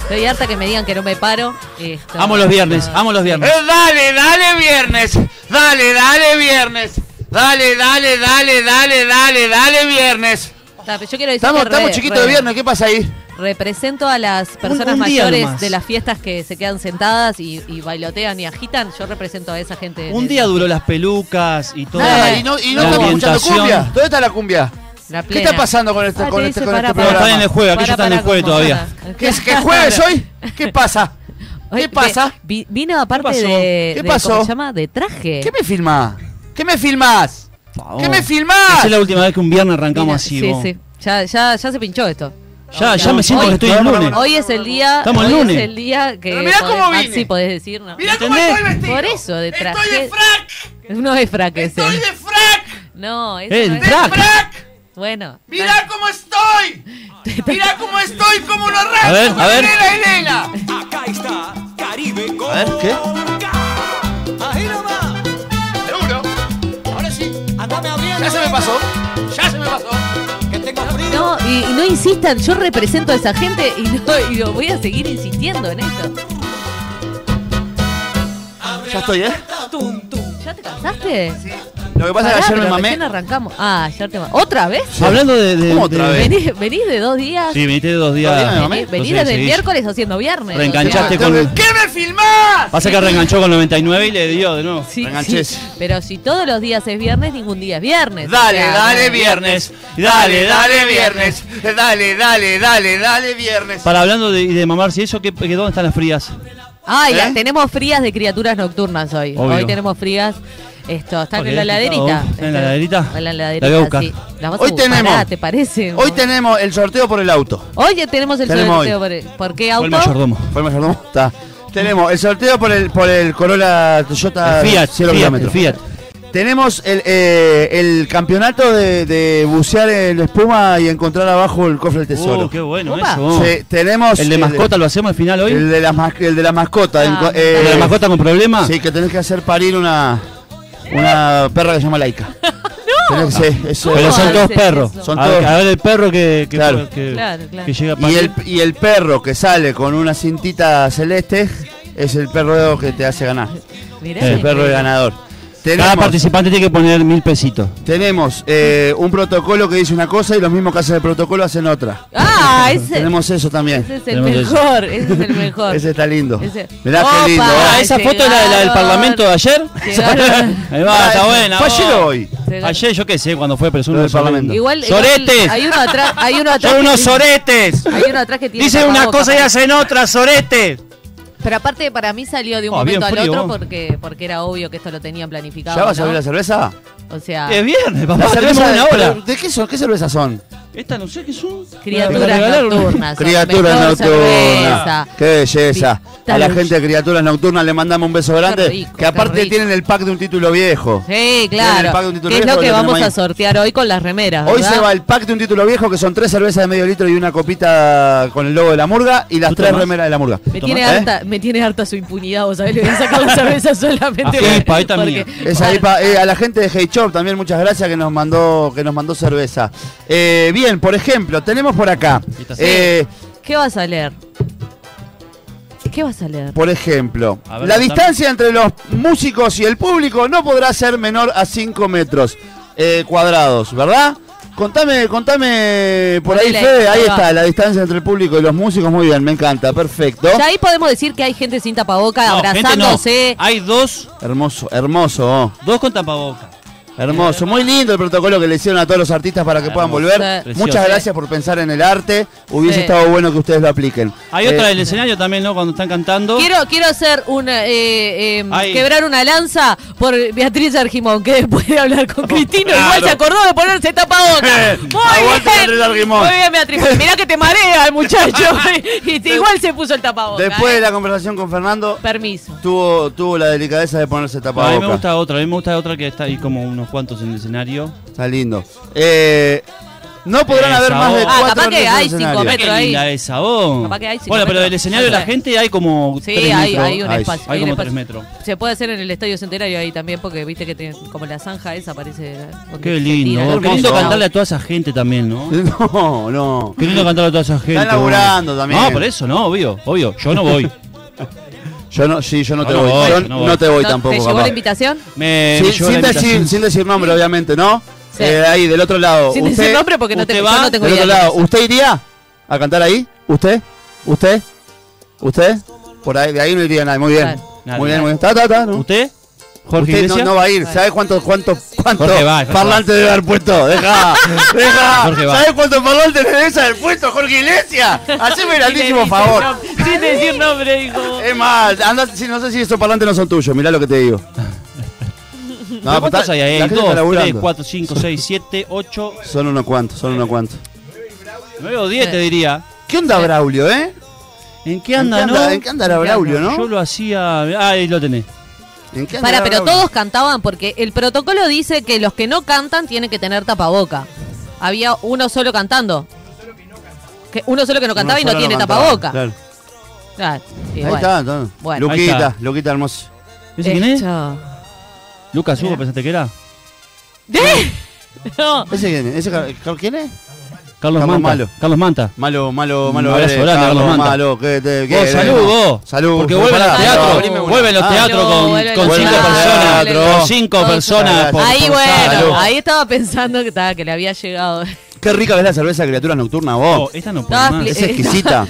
Estoy harta que me digan que no me paro. Esto- Amo los viernes, amo los viernes. Eh, dale, dale viernes. Dale, dale viernes. Dale, dale, dale, dale, dale, dale viernes. Ta, pero Eh, Yo quiero decir Estamos, que estamos re- chiquitos de re- viernes, ¿qué pasa ahí? Represento a las personas un día mayores nomás. de las fiestas que se quedan sentadas y, y bailotean y agitan. Yo represento a esa gente. Un de- día duró las pelucas y todo. Eh, Ah, y no, y no La estamos escuchando ambientación. cumbia. ¿Dónde está la cumbia? la ¿Qué plena. está pasando con este, Ah, con te este, dice con este para, para. Están en programa? el juego, aquellos están en el juego todavía. ¿Qué, es- qué jueves hoy? ¿Qué pasa? ¿Qué Oye, pasa? ve- vi- vino aparte pasó? de, ¿Qué de- ¿cómo pasó? se llama? De Eh. traje. ¿Qué me filmás? ¿Qué me filmás? Oh. ¿Qué me filmás? Esa es la última vez que un viernes Vino- arrancamos así, Sí, vos. sí. Ya, ya, ya se pinchó esto. Ya, ya me siento Hoy- que estoy en lunes. Hoy es el día. Estamos el hoy lunes. Es el día que. Pero mirá podés- cómo vine. Maxi, podés decir, ¿no? Mirá cómo ¿Entendés? estoy vestido. Por eso, de traje. Estoy de frac. No es frac ese. Estoy de frac. No, es. El no es- De Frac. frac. Bueno. Mirá cómo estoy. Mirá cómo estoy, cómo lo arranco. A ver, con a ver. Elena, Elena. Acá está Caribe con A ver, ¿qué? K. Ahí nomás. Seguro. Ahora sí. Andame abriendo. Ya se me pasó. Ya se me pasó. Que tengo frío. No, y, y no insistan, yo represento a esa gente y, no, y lo voy a seguir insistiendo en esto. Ya estoy, ¿eh? Tum, tum. ¿Ya te cansaste? Lo que pasa es que ayer me Recién mamé. arrancamos. Ah, ayer te mamé. ¿Otra vez? Hablando de. de- ¿Cómo otra de- vez? ¿Venís, venís de dos días? Sí, viniste de dos Todavía me días. mamé. Venís, venís Sí, desde sí. el miércoles haciendo viernes. Reenganchaste o sea, con- ¿Qué me filmás? Pasa que reenganchó con 99 y le dio de nuevo. sí, Reenganché. sí. Pero si todos los días es viernes, ningún día es viernes. Dale, O sea, dale viernes. Dale, dale viernes. Dale, dale, dale, dale viernes. Para hablando de, de mamarse y eso, ¿qué, qué- dónde están las frías? Ay, ¿Eh? tenemos frías de criaturas nocturnas hoy. Obvio. Hoy tenemos frías. Esto, están Ok, en la laderita. Este, está, ¿en la heladerita? En la La voy a laderita, buscar. sí. Las vas a Hoy buscar, tenemos- ¿te parece? Hoy tenemos el sorteo por el auto. Hoy ya tenemos el Tenemos sorteo. Por, ¿Por qué Fue auto? el mayordomo. ¿Fue el mayordomo? Está. Tenemos el sorteo por el, por el Corolla Toyota El Fiat, cero Fiat, kilómetro. el Fiat. Tenemos el, eh, el campeonato de, de bucear en la espuma y encontrar abajo el cofre del tesoro. Oh, qué bueno Opa. eso. Sí, tenemos ¿El de mascota lo hacemos al final hoy? El de la, mas- el de la mascota. Ah, enco- me eh, ¿El de la mascota Ah. con problema? Sí, que tenés que hacer parir una, una perra que se llama Laika. Tenés que- sí, eso- Ah. Pero son ¿Cómo todos haces perros. eso? Son a, ver, todos. a ver el perro que, que, Claro. que- Claro, claro. que llega y, el, y el perro que sale con una cintita celeste es el perro que te hace ganar. Mirá, Es el perro del ganador. Cada Tenemos, participante tiene que poner mil pesitos. tenemos eh, un protocolo que dice una cosa y los mismos que hacen el protocolo hacen otra. Ah, ese, Tenemos eso ese también. es el Tenemos eso. mejor. Ese es el mejor. Ese está lindo. Ese- Mirá Opa. qué lindo. Ah, ¿eh? ¿esa llegaron. foto es la, de la del Parlamento de ayer? Llegaron. Ahí va, está buena. Fue vos. ayer o hoy. Se ganó. Ayer yo qué sé, cuando fue presunto Lo del Parlamento. Igual, igual ¡Soretes! hay uno atrás, hay uno atrás. ¡Son que- unos soretes! Hay uno atrás que tiene Dicen una tapabocas. cosa y hacen otra, soretes. Pero aparte para mí salió de un Ah, bien momento al frío, otro vos. porque porque era obvio que esto lo tenían planificado. ¿Ya vas a ¿no? abrir la cerveza? O sea, Es viernes, La papá, tenemos cerveza una de- hora. ¿De qué son? ¿Qué cervezas son? Esta no sé qué son. Me criaturas regalaron. nocturnas. Ah, son Criaturas mejor nocturnas. cerveza. Qué belleza. Tal- A la gente de Criaturas Nocturnas le mandamos un beso grande. rico, que qué aparte rico. tienen el pack de un título viejo. Sí, Tienen el pack de claro. un título Que es viejo lo que lo vamos tenemos a ahí. sortear hoy con las remeras. Hoy ¿verdad? se va el pack de un título viejo que son tres cervezas de medio litro y una copita con el logo de la murga y las ¿Tú tres tomás? remeras de la murga. Me tiene, ¿Eh? harta, me tiene harta su impunidad, vos sabés, le voy a sacar la cerveza solamente. Así es, pa, esta porque- mía. Esa IPA, eh, a la gente de Hey Shop también muchas gracias que nos mandó que nos mandó cerveza. Eh, bien, por ejemplo, tenemos por acá. eh, ¿Qué vas a leer? ¿Qué vas a leer? Por ejemplo, A ver, la contame. distancia entre los músicos y el público no podrá ser menor a 5 metros eh, cuadrados, ¿verdad? Contame, contame por ahí, Ponele, Fede, ahí ahí va. está, la distancia entre el público y los músicos, muy bien, me encanta, perfecto. Ya ahí podemos decir que hay gente sin tapaboca No, gente no. abrazándose. Hay dos, Hermoso, hermoso, oh, dos con tapabocas. hermoso, muy lindo el protocolo que le hicieron a todos los artistas para que puedan Hermoso. volver. Sí. Muchas Sí. gracias por pensar en el arte, hubiese Sí. estado bueno que ustedes lo apliquen. Hay Eh, otra del escenario también, ¿no? Cuando están cantando. Quiero, quiero hacer una, eh, eh, Ahí. quebrar una lanza por Beatriz Argimón, que después de hablar con Cristino igual claro. se acordó de ponerse tapaboca. Muy Aguante, Beatriz bien. Argimón. Muy bien, Beatriz. Pues Mirá que te marea el muchacho. y te- igual se puso el tapaboca. Después de eh. la conversación con Fernando, Permiso. tuvo, tuvo la delicadeza de ponerse No, a tapabocas. mí me gusta otra, a mí me gusta otra que está ahí como unos cuantos en el escenario. Está lindo. Eh, No podrán Esa haber más de voz. Ah, cuatro capaz que en hay el cinco escenario. metros. Qué Pero ahí- linda esa voz. Capaz que hay cinco Bueno, pero del metros. escenario de la gente hay como Sí, tres hay, metros. hay un Hay- espacio. hay un como tres espacio. metros. Se puede hacer en el Estadio Centenario ahí también, porque viste que tiene como la zanja esa, parece. donde Qué se lindo. tira, vos. ¿no? Qué lindo Hermoso. cantarle a toda esa gente también, ¿no? No, no. Qué lindo cantarle a toda esa gente. vos. laburando también. No, por eso, no, obvio, obvio. Yo no voy. Yo no, sí, yo no, No, te no voy. voy, Yo no no, voy. te voy ¿No? tampoco, ¿Te llegó papá. la invitación? Me, Eh, me llevo Sin, sin la invitación. decir, sin decir nombre, obviamente, ¿no? Sí. Eh, ahí, del otro lado. Sin usted, decir nombre, porque no, te, yo usted va no tengo del idea. otro quién lado, es. ¿usted iría a cantar ahí? ¿Usted? ¿Usted? ¿Usted? Por ahí, de ahí no iría nadie. Muy bien. Claro. Nadie. Muy bien, muy bien. Ta, ta, ta, ¿no? ¿Usted? Jorge Usted no, Iglesias. no va a ir. Vale. ¿Sabe cuánto, cuánto, cuánto Jorge va, Jorge parlante debe haber puesto? Deja, deja. Jorge va. ¿Sabe cuánto parlante debe haber puesto, Jorge Iglesias? Haceme el grandísimo favor. Sin decir nombre, dijo. Es más, anda, si- no sé si esos parlantes no son tuyos. Mirá lo que te digo. ¿Pero pues ¿Cuántos está- hay la ahí? gente está 2, 3, laburando. 4, 5, 6, 7, 8, Son unos cuantos, son unos cuantos. 9 o 10 te diría. ¿Qué onda Braulio, eh? ¿En qué anda, ¿En qué no? anda- en qué andará ¿En qué anda? Braulio, no? Yo lo hacía... Ah, ahí lo tenés. ¿En qué Para, andará pero Braulio? todos cantaban porque el protocolo dice que los que no cantan tienen que tener tapaboca. Había uno solo cantando. Que uno solo que no cantaba y no solo tiene cantaba, tapaboca. claro. Claro, y Ahí bueno. está, está. Bueno. Luquita, Ahí está. Luquita hermoso. ¿Ese quién es? Esto. Lucas Hugo, pensaste que era. ¿Eh? No. ¿Ese quién es? ¿Ese Car- Car- quién es? Mm, Carlos Carlos Manta. Malo. Carlos Manta. Malo, malo, Un malo. abrazo verde, grande, Carlos, Carlos Manta. malo, que te Vos, que- salud, vos. Salud. Porque vuelven los Pará, teatros, abrime una. vuelven los Ah, teatros Salud, con, vuelven con los cinco teatros. personas. Vuelven. Con cinco Todos personas. por- Ahí, por bueno, sala. Salud. ahí estaba pensando que, ta, que le había llegado. Qué rica que es la cerveza de criaturas nocturnas, No, Oh, vos. esta no puede Estaba más. expli- Es exquisita.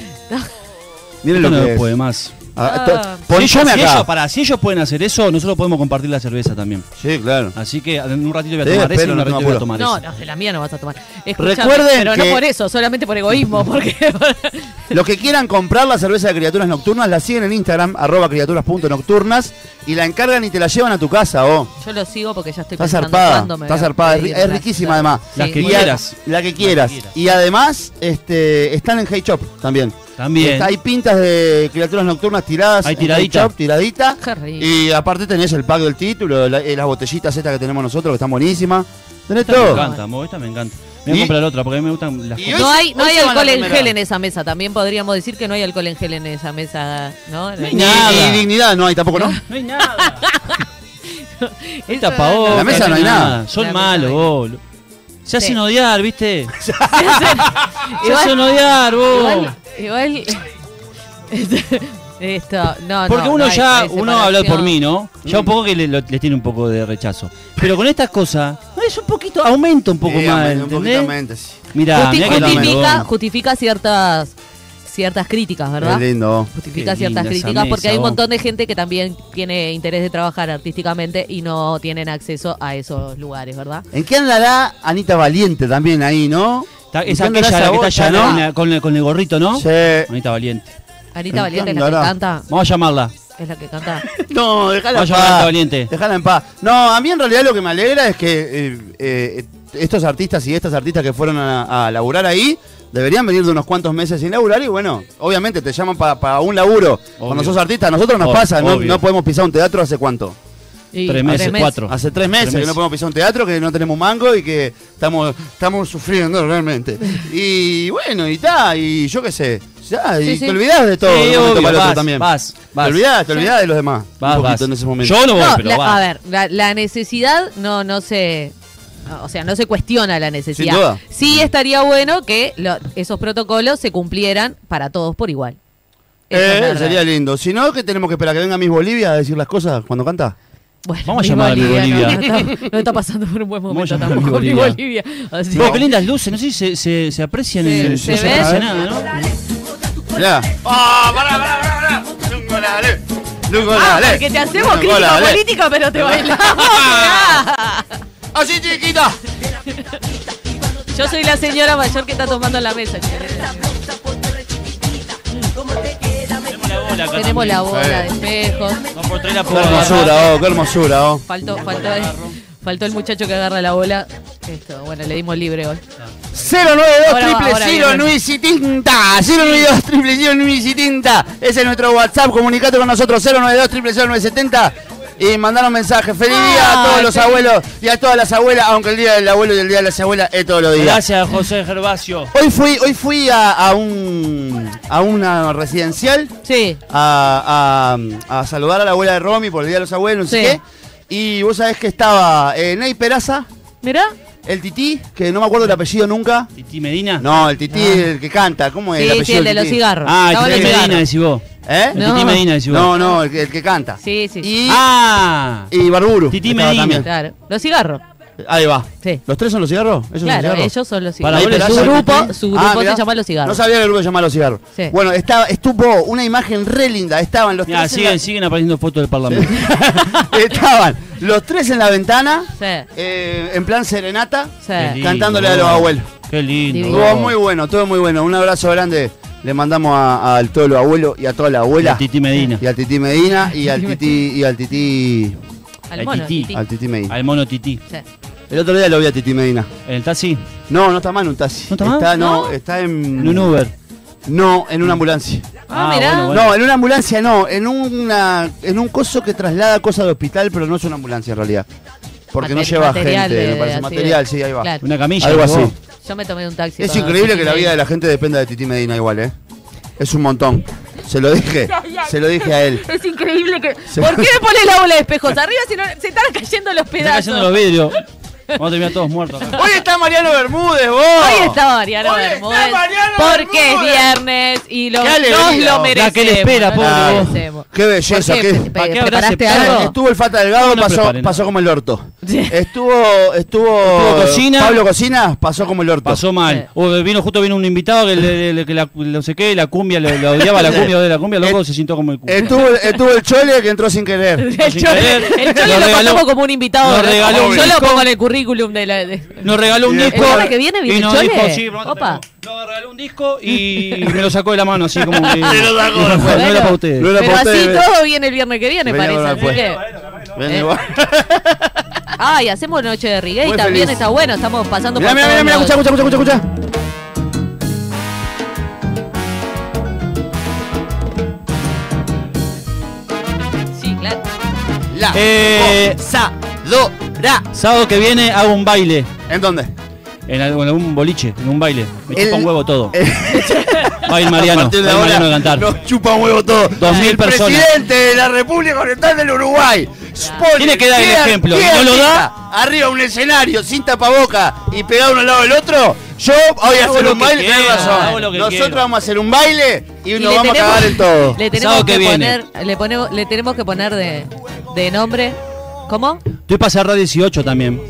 Miren Esta lo no que es. puede más. Ah, Ah. to- Si ellos- Ponchame si ellos, acá. para, si ellos pueden hacer eso, nosotros podemos compartir la cerveza también. Sí, claro. Así que en un ratito voy a tomar Sí, ese y espero, en un ratito no tengo voy a apuro. tomar No, ese. no, de la mía no vas a tomar. Escuchame, Recuerden pero que- no por eso, solamente por egoísmo, porque Los que quieran comprar la cerveza de criaturas nocturnas, la siguen en Instagram, arroba criaturas.nocturnas, y la encargan y te la llevan a tu casa, vos. yo lo sigo porque ya estoy Está pensando zarpada, cuándo me está voy a zarpada, es, pedir ri- es la- riquísima además. Las que Y a- quieras. La que quieras. quieras. Y además, este, están en Hey Shop también. También. Está- hay pintas de criaturas nocturnas tiradas. Hay en Hey tiradita. Shop, tiradita. Qué rico. Y aparte tenés el pack del título, la- eh, las botellitas estas que tenemos nosotros, que están buenísimas. Tenés Está Me todo. bacán. encanta, mo, esta me encanta. Me voy Y- a comprar otra porque a mí me gustan las y cosas. hoy- No hay, no hoy hay se van a alcohol la en primera. gel en esa mesa. También podríamos decir que no hay alcohol en gel en esa mesa, ¿no? No hay Ni- nada. ni dignidad no hay tampoco, ¿no? No hay nada. El Eso tapabocas. En la mesa no hay nada. La Son mesa malos, no hay vos. Se hacen Sí. odiar, ¿viste? Se Igual- hacen odiar, vos. Igual, igual- Esto, no, Porque no, no uno hay- no ya, hay uno habla por separación. Mm. mí, ¿no? Ya un poco que le- lo- les tiene un poco de rechazo. Pero con estas cosas, no, es un poquito, aumenta un poco Sí, más, un poquito ¿entendés? menos, sí. Mirá, Justi- mirá que justifica, lindo. justifica ciertas ciertas críticas, ¿verdad? Qué lindo. Justifica Qué ciertas linda esa críticas porque mesa, hay un vos. montón de gente que también tiene interés de trabajar artísticamente y no tienen acceso a esos lugares, ¿verdad? ¿En qué andará Anita Valiente también ahí, no? Está- Es ¿En qué aquella andará la que está esa allá, boca? ¿no? En la- Con, el- con el gorrito, ¿no? Sí. Bonita valiente. Anita Valiente es la que Entiendo, ¿no? canta, Vamos a llamarla. es la que canta. No, dejala en Vaya, Anita paz. Valiente. Dejala en paz. No, a mí en realidad lo que me alegra es que eh, eh, estos artistas y estas artistas que fueron a, a laburar ahí deberían venir de unos cuantos meses sin laburar y bueno, obviamente te llaman para un laburo. Cuando sos artista, a nosotros nos Obvio, pasa, no, obvio. no podemos pisar un teatro hace cuánto. Y Tres meses, cuatro. Hace tres meses, Tres que meses. no podemos pisar un teatro, que no tenemos un mango y que estamos, estamos sufriendo realmente. Y bueno, y ta, y yo qué sé. Ya, y Sí, sí. te olvidás de todo. Sí, de un momento obvio, para el otro vas, también. vas, vas. Te olvidás, te olvidás de los demás. Vas, un poquito vas. en ese momento. Yo no voy, No, pero la- vas. a ver, la, la necesidad no, no se. no, O sea, no se cuestiona la necesidad. Sin duda. Sí estaría bueno que lo- esos protocolos se cumplieran para todos por igual. Eso Eh, es verdad. sería lindo. Si no, que tenemos que esperar que venga Miss Bolivia a decir las cosas cuando canta. Bueno, Vamos a mi llamar a mi no, Bolivia. No, está, no está pasando por un buen Vamos a momento llamar a mi tampoco mi Bolivia. Bolivia. Así Vos, que- qué lindas luces, no sé si se, se, se aprecian Se- en- se no se ve. aprecia nada, ¿no? Mirá. ¡Ah, pará, pará, pará! ¡Lungolale! ¡Lungolale! Ah, porque te hacemos crítico político, pero te bailamos. Ah, ¡Así chiquita! Yo soy la señora mayor que está tomando la mesa. Tenemos la bola acá Tenemos la también. bola de espejos. Vamos por traer la ¡Qué poca. hermosura, oh! ¡Qué hermosura, oh! Faltó, faltó, el, faltó el muchacho que agarra la bola. Esto, bueno, le dimos libre hoy. 092 Ahora va, ahora triple viene. 0 Nuisitinta 092 triple 0 Nuisitinta Ese es nuestro WhatsApp Comunicate con nosotros 092 triple 0 970 Y mandaron mensajes. ¡Feliz día a Ah, Ay, todos los feliz- abuelos y a todas las abuelas! Aunque el día del abuelo y el día de las abuelas es todos los días. Gracias, José Gervasio. Hoy fui, hoy fui a, a un, a una residencial Sí. a, a- a saludar a la abuela de Romy por el Día de los Abuelos, no sé Sí. qué. Y vos sabés que estaba eh, Ney Peraza, Mirá. el tití, que no me acuerdo el apellido nunca. ¿Titi Medina? No, el tití, Ah. el que canta, ¿cómo es Sí, el sí, apellido? el de del los Tití? cigarros. Ah, el Estaba Tití en el Medina, cigarro. decís vos. ¿Eh? El No. Tití Medina, decís vos. No, no, el, que- el que canta. Sí, sí. Y, Ah, y Barburu. Tití estaba Medina. también. Claro. Los cigarros. Ahí va. Sí. ¿Los tres son los cigarros? ¿Ellos son los Claro, cigarros? ellos son los Para cigarros. vos, su ¿les Peraza, grupo, Titi. su Ah, grupo mirá. se llama Los No Cigarros. sabía que el grupo se llamaba Los Cigarros. Sí. Bueno, estaba, estuvo una imagen re linda. Estaban los Mirá, tres. en la- siguen, siguen apareciendo fotos del Parlamento. Estaban los tres en la ventana, Sí. eh, en plan serenata, Sí. Qué lindo. cantándole a los abuelos. Qué lindo. Eh. Divino. Estuvo muy bueno, todo muy bueno. Un abrazo grande le mandamos a, a todos los abuelos y a toda la abuela. El Titi Medina. Y al Titi Medina y al Titi y al Titi Al Al mono, Tití. Tití. al Titi Medina. Al mono Titi. Sí. El otro día lo vi a Titi Medina. En el taxi. No, no está mal en un taxi. ¿No está mal? no, ¿No? está En en un Uber. No, en una ambulancia. Ah, mirá. bueno. No, en una ambulancia no, en una en un coso que traslada cosas de hospital, pero no es una ambulancia en realidad. Porque no Materi- lleva material gente, de- me parece así de- material, sí, ahí va. Claro. Una camilla. Algo ¿no? así. Yo me tomé un taxi. Es con increíble Titi que la vida de la gente dependa de Titi Medina igual, ¿eh? Es un montón. Se lo dije. Se lo dije a él. Es increíble que. Se- ¿Por qué me pones la bola de espejos arriba si no, se están cayendo los Están pedazos? cayendo los vidrios. Vamos a terminar todos muertos acá. Hoy está Mariano Bermúdez, vos. Hoy está Mariano Hoy está Bermúdez. Mariano porque es Bermúdez. viernes y lo, Qué nos alegría. lo merecemos. La que le espera, nos pobre lo vos. merecemos. Qué belleza, ¿Por qué- pre- ¿Para qué ¿Preparaste habrás algo? aceptado? Estuvo el Fata Delgado, No, no pasó, preparen, no. pasó como el orto. Sí. Estuvo, estuvo, Estuvo Cocina. Pablo Cocina, pasó como el orto. Pasó mal. O vino justo vino un invitado que le, le- que la, no sé qué, la cumbia, le, le odiaba la cumbia, odiaba la cumbia, luego se sintió como el culo. Estuvo, estuvo el Chole que entró sin querer. El sin Chole, querer, el Chole nos lo regaló- contamos como un invitado. nos ¿no? regaló un Yo lo disco. pongo en el currículum de la. eh, de- Nos regaló un ¿El disco. jueves que viene y viene nos Chole? dijo, sí, perdón, Opa. Nos regaló un disco y me lo sacó de la mano, así como que. No Bueno, era para ustedes. No era Pero para así ustedes. todo viene el viernes que viene, Venía parece. ahora así después. que- Ven, Eh. igual. Ay, hacemos noche de reggae y Muy también feliz. está bueno. Estamos pasando Mirá, por. mirá, mirá, todos mirá, los- escucha, escucha, escucha, escucha. Sí, claro. La Eh, gozadora. Sábado que viene hago un baile. ¿En dónde? En algún, en algún boliche, en un baile. Me El- chupa un huevo todo. Va a ir Mariano. A Va a partir ir de Mariano a ahora cantar. nos chupa un huevo todo. Dos mil el personas. presidente de la República Oriental del Uruguay. Spoli, Tiene que dar el ¿qué ar- ejemplo. qué ¿No lo artista? da? Arriba un escenario sin tapaboca y pegado uno al lado del otro. Yo voy a Hago hacer lo un que baile. quiero, tenés hago razón. lo que Nosotros quiero. vamos a hacer un baile y, Y nos le vamos tenemos- a cagar en Le todo. Sábado tenemos que, que viene. poner, le, ponemos- le tenemos que poner de, de nombre. ¿Cómo? Estoy para cerrar 18 también.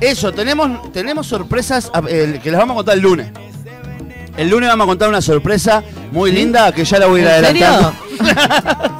Eso, tenemos, tenemos sorpresas a- el- que las vamos a contar el lunes. El lunes vamos a contar una sorpresa muy linda que ya la voy a ir ¿En adelantando.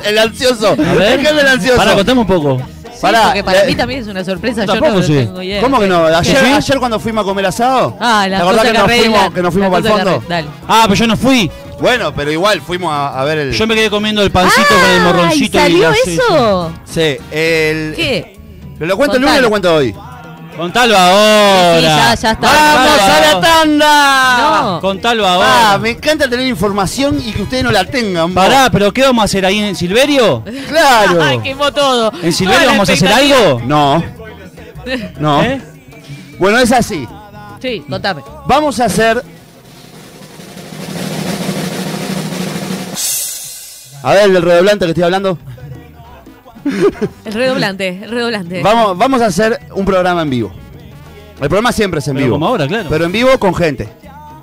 el ansioso. A ver. Dejame el ansioso. Para, contame un poco. Sí, Pará, porque para eh, mí también es una sorpresa. Yo Tampoco no sé. tengo idea. ¿Cómo que no? Ayer, ¿Sí? ayer cuando fuimos a comer asado. Ah, la ¿Te acordás cosa que nos, arreglan, fuimos, que nos fuimos la para el cosa que fondo? arreglan. Ah, pero yo no fui. Bueno, pero igual fuimos a, a ver el. Yo me quedé comiendo el pancito con el Dale. Ay, morroncito. y ¿salió la- eso? Sí, el. ¿Qué? ¿Lo, lo cuento el lunes Contalo. o lo cuento hoy? Contalo ahora. Sí, ya, ya está. ¡Vamos Contalo a la ahora. tanda! No. Contalo Ah, ahora. me encanta tener información y que ustedes no la tengan. vos. Pará, pero ¿qué vamos a hacer ahí en Silverio? Claro. Ay, quemó todo. ¿En Toda Silverio la vamos a hacer expectativa. algo? No. No. ¿Eh? Bueno, es así. Sí, contame. Vamos a hacer. A ver, el redoblante que estoy hablando. El redoblante, el redoblante. Vamos, vamos a hacer un programa en vivo. El programa siempre es en Pero vivo. como ahora, claro. Pero en vivo con gente.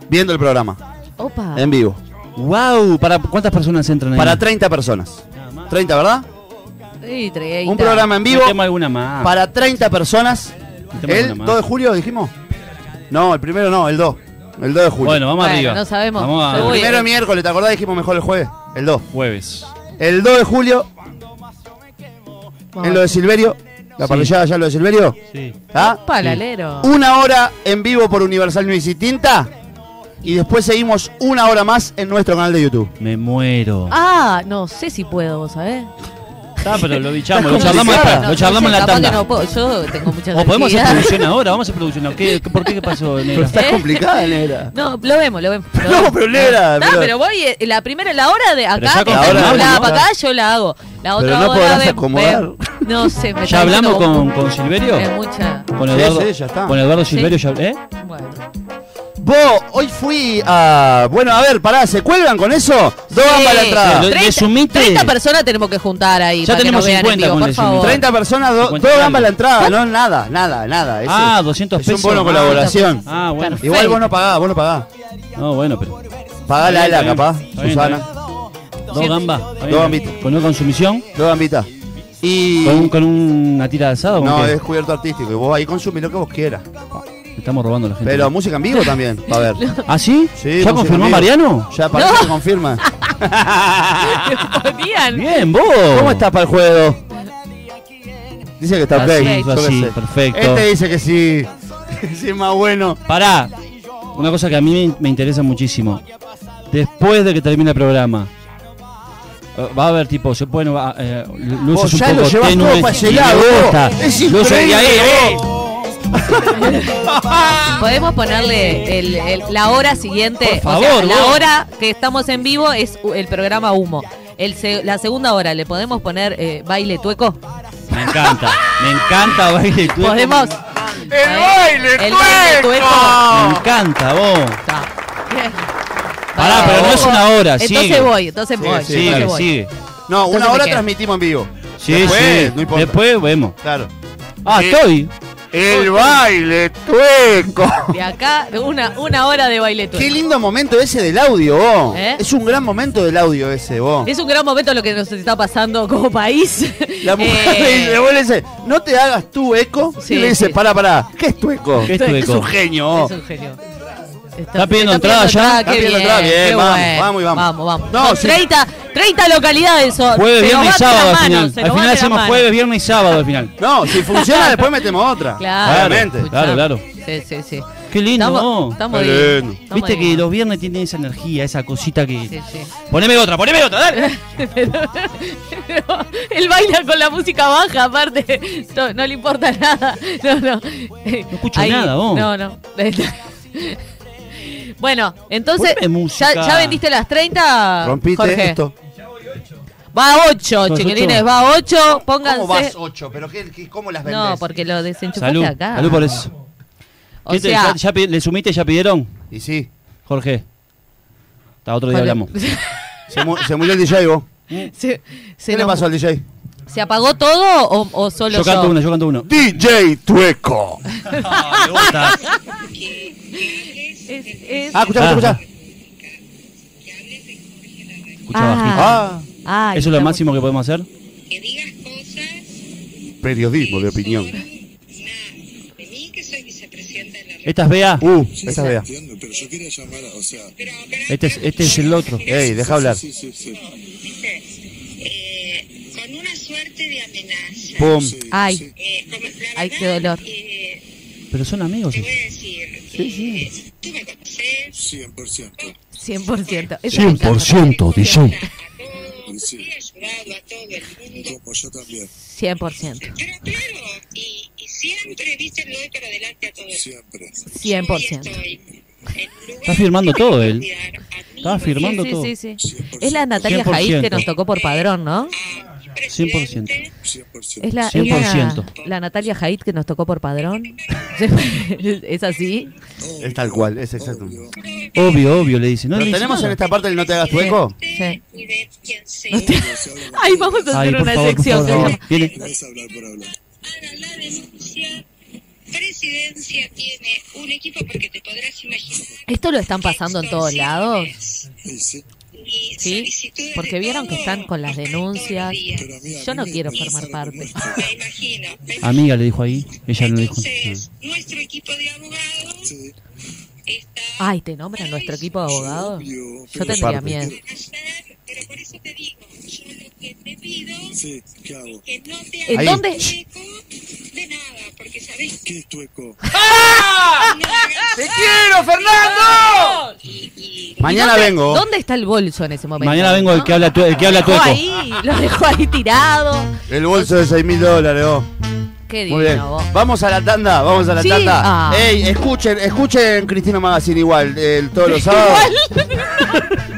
Viendo el programa. Opa. En vivo. Wow, ¿para cuántas personas entran ahí? Para 30 personas. 30, ¿verdad? Sí, 30. Un programa en vivo Ah. No tema alguna más. para 30 personas. Metemos ¿El una más. 2 de julio dijimos? No, el primero no, el 2. El 2 de julio. Bueno, vamos Bueno, arriba. no sabemos. Vamos a Yo voy. primero miércoles, ¿te acordás? Dijimos mejor el jueves. El 2. jueves. El 2 de julio, Vamos. en lo de Silverio. La Sí. parrillada ya en lo de Silverio. Sí. ¿Ah? Palalero. Una hora en vivo por Universal Music Tinta. Y después seguimos una hora más en nuestro canal de YouTube. Me muero. Ah, no sé si puedo, ¿vos sabés? Está, pero lo bichamos, Está lo charlamos complicada. después, lo charlamos en la capaz que tanda. no puedo, yo tengo muchas O podemos hacer actividades. producción ahora, vamos a hacer producción. ahora. ¿Qué, qué- ¿Por qué qué pasó, Pero negra? estás ¿Eh? complicada, negra. No, lo vemos, lo vemos. lo No, vemos. pero Lera, No, pero- pero voy, eh, la primera, la hora de Pero ya acá, que con está calma, nublada ¿no? para acá, yo la hago. La otra no hora podrás ve- acomodar. ve- No sé, me ¿Ya está hablamos diciendo con, vos- con Silverio? Es mucha. Con Sí, Eduardo, sí, ya está. Con Eduardo Sí. Silverio, ya, ¿eh? Bueno. Vos, hoy fui a. Bueno, a ver, pará, ¿se cuelgan con eso? Dos Sí. para la entrada. Sí, lo- ¿Resumiste? 30 personas tenemos que juntar ahí. Ya para que tenemos nos vean en 50 vivo, con por el favor. 30 personas, do- dos Cincuenta algo. gambas la entrada, no nada, nada, nada. Ese Ah, 200 Es pesos. un bono colaboración. Ah, bueno. Perfecto. Igual vos no pagás, vos no pagás. No, bueno, pero. Pagá la Está ELA, bien, capaz, está bien, Susana. está Dos gambas. está bien. Dos gambitas. Con una consumición. Dos gambitas. Y. Con, un- con una tira de asado. ¿con No, qué? es cubierto artístico. Y vos ahí consumís lo que vos quieras. Estamos robando a la gente. Pero música en vivo también, va a ver. ¿Ah, sí? Sí, ¿Ya música confirmó en vivo. Mariano? Ya parece que confirma. Te ponían. Bien, vos. ¿Cómo estás para el juego? Dice que está ok. Así, yo qué así, sé. perfecto. Este dice que sí. sí, es más bueno. Pará. Una cosa que a mí me- me interesa muchísimo. Después de que termine el programa, eh, va a haber tipo, se- bueno, va, eh, Vos luces un ya lo poco llevas todo tenues para y llegar, vos. botas. Es Luces- y ahí, increíble, eh, Podemos ponerle el- el- la hora siguiente. Por o sea, favor, la vos. hora que estamos en vivo es u- el programa Humo. El se- la segunda hora, ¿le podemos poner eh, baile tueco? Me encanta, me encanta baile tueco. ¿Podemos? ¡El baile El baile tueco. Me encanta, vos. Está. Pará, pero no es una hora, Entonces sigue. voy, entonces voy. sí, entonces Sigue, voy. sigue. No, Entonces una me hora quedo. transmitimos en vivo. Sí, Después, sí. no importa. Después vemos. Claro. Ah, Sí. estoy. El baile tueco. De acá, una, una hora de baile tueco. Qué lindo momento ese del audio, vos. ¿Eh? Es un gran momento del audio ese, vos. Es un gran momento lo que nos está pasando como país. La mujer le Eh, dice, vos le dice, no te hagas tú eco. Sí, y le dice, sí. pará, pará, ¿qué es tu eco? ¿Qué es tu eco? un genio. vos. es un genio. ¿Está pidiendo entrada ya? Está pidiendo entrada, bien, qué vamos, bueno. vamos y vamos. Vamos, vamos. No, Son sí. 30, 30 localidades son. Jueves, Se nos viernes y va de sábado las al manos, final. se Al nos va final de las hacemos manos. jueves, viernes y sábado al final. No, si funciona, después metemos otra. Claro, Claramente. escuchá. Claro, claro. Sí, sí, sí. Qué lindo, Estamos, ¿no? estamos Qué bien, lindo. estamos Viste que bien. los viernes tienen esa energía, esa cosita que. Sí, sí. Poneme otra, poneme otra, dale. Pero él baila con la música baja, aparte. No, no le importa nada. No, no. No escucho nada, vos. No, no. Bueno, entonces. Poneme música. ¿ya, ya vendiste las 30? Rompiste Jorge? esto. Va a 8, ¿Vas chiquilines, ocho? va a 8. Pónganse. ¿Cómo vas ocho? ¿Pero qué, qué- cómo las vendes? no, porque lo desenchufaste Salud, acá. salud por eso. O ¿Qué te- sea, ya- ya pi- ¿Le sumiste, ya pidieron? Y sí, Jorge. Hasta otro día Vale. hablamos. se, mu- se murió el DJ, vos. se, se ¿Qué le nos- pasó al DJ? ¿Se apagó todo o, o solo Yo canto uno, yo canto uno. DJ Tueco. Ah, me gusta. Es- es- Ah, escuchá, escuchá, escuchá. Escucha Ah. bajito. Ah, Ay, ¿Eso es lo estamos- máximo que podemos hacer? que digas cosas periodismo de opinión. fuera, nada, de mí que soy vicepresidenta de la República. Esta es Bea. Uh, esta vea. Entiendo, pero yo quería llamar, a- o sea, Pero gracias, Este es, este es el otro. Ey, deja hablar. sí, sí, sí. viste, eh, con una suerte de amenaza. Pum. Ay, Eh, como, la Ay, verdad, qué dolor. eh, Pero son amigos. te voy a decir, eh, tú me conoces, 100%. 100%. Eso me encanta. me ayudas a todos, Sí. he ayudado a todo el mundo. Como yo también, 100%. Pero claro, y, y siempre, viste, lo doy para adelante a todo el mundo. siempre. Hoy 100%. estoy en un lugar Está firmando que me va a todo él. cuidar a mí, Está firmando todo. Sí, sí, sí. Es la Natalia Jaís que nos tocó por padrón, ¿no? al presidente, 100%. Es la, es 100%. la, la Natalia Haidt que nos tocó por padrón. ¿Es así? Es tal cual, es exacto. Obvio, obvio, le dice. No, ¿Lo le dice tenemos en nada. esta parte del No te hagas tueco? Sí. y de quien sea. Ay, vamos a Ay, hacer por este una favor, por sección. que favor, por favor. Viene. No es hablar por hablar. Haga la denuncia. Presidencia tiene un equipo porque te podrás imaginar. Esto lo están pasando en todos lados. Y sí, y Sí, solicitudes porque de vieron que todo están con las hasta todos los denuncias. días. pero a mí, a Yo mí no me quiero formar amenazaron parte. con esto. Me imagino. me imagino. Amiga, le dijo ahí. Ella Ah, no le dijo. Entonces, nuestro equipo de abogados Sí, está Ay, te nombran nuestro equipo de abogados. obvio, Yo pero tendría parte. miedo. para hacer, pero por eso te digo, yo lo que te pido sí, ¿qué hago? que no te ¿En Ahí. dónde? hagas eco De nada, porque sabés que ¿Qué es tueco? Ah. no llegás ¡Te quiero, Fernando! y Mañana ¿Dónde- vengo. ¿Dónde está el bolso en ese momento? Mañana vengo el ¿No? que habla, tue- el que habla Lo dejó tueco. ahí, lo dejó ahí tirado. El bolso de 6 mil dólares, vos. Qué Muy bien. divino vos. Vamos a la tanda, vamos a la Sí. tanda. Ah. Ey, escuchen, escuchen Cristina Magazine igual, el, todos los sábados.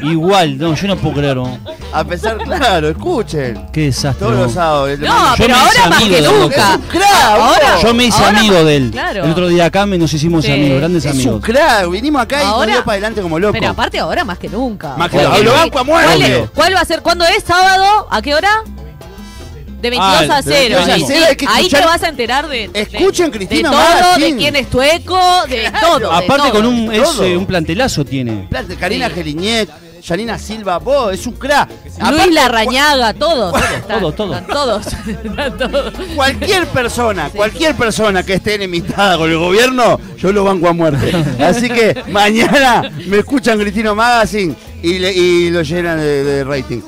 Igual, no, yo no puedo creerlo. A pesar, claro, escuchen. Qué desastre. Todos los vos. sábados. el- No, Yo pero me hice ahora más amigo que de Boca. nunca. Es un crack, vos. Ahora, Yo me hice ahora- amigo de él. Claro. El otro día acá me nos hicimos Sí. amigos, grandes Es un amigos. crack, vinimos acá y Ahora- nos dio para adelante como locos. Pero aparte ahora más que nunca. Más que Porque- nunca. Lo banco a muerte. ¿Cuál, es- cuál va a ser? ¿Cuándo es? ¿Sábado? ¿A qué hora? De 22 Ah, a de 0. 22 a Y 0, sí, hay que ahí te escuchar- vas a enterar de, de- Escuchen de Cristina todo, de Magazine. quién es tueco, de todo. de Aparte todo. con un, es, Todo. eh, un plantelazo tiene. Plan de Karina Sí. Geliniet, Janina Silva, vos, es un crack. Luis Aparte, Larrañaga, todos. están, Todo, todo. están todos. están todos. Cualquier persona, cualquier persona que esté enemistada con el gobierno, yo lo banco a muerte. Así que mañana me escuchan Cristino Magazine y, le- y lo llenan de, de rating.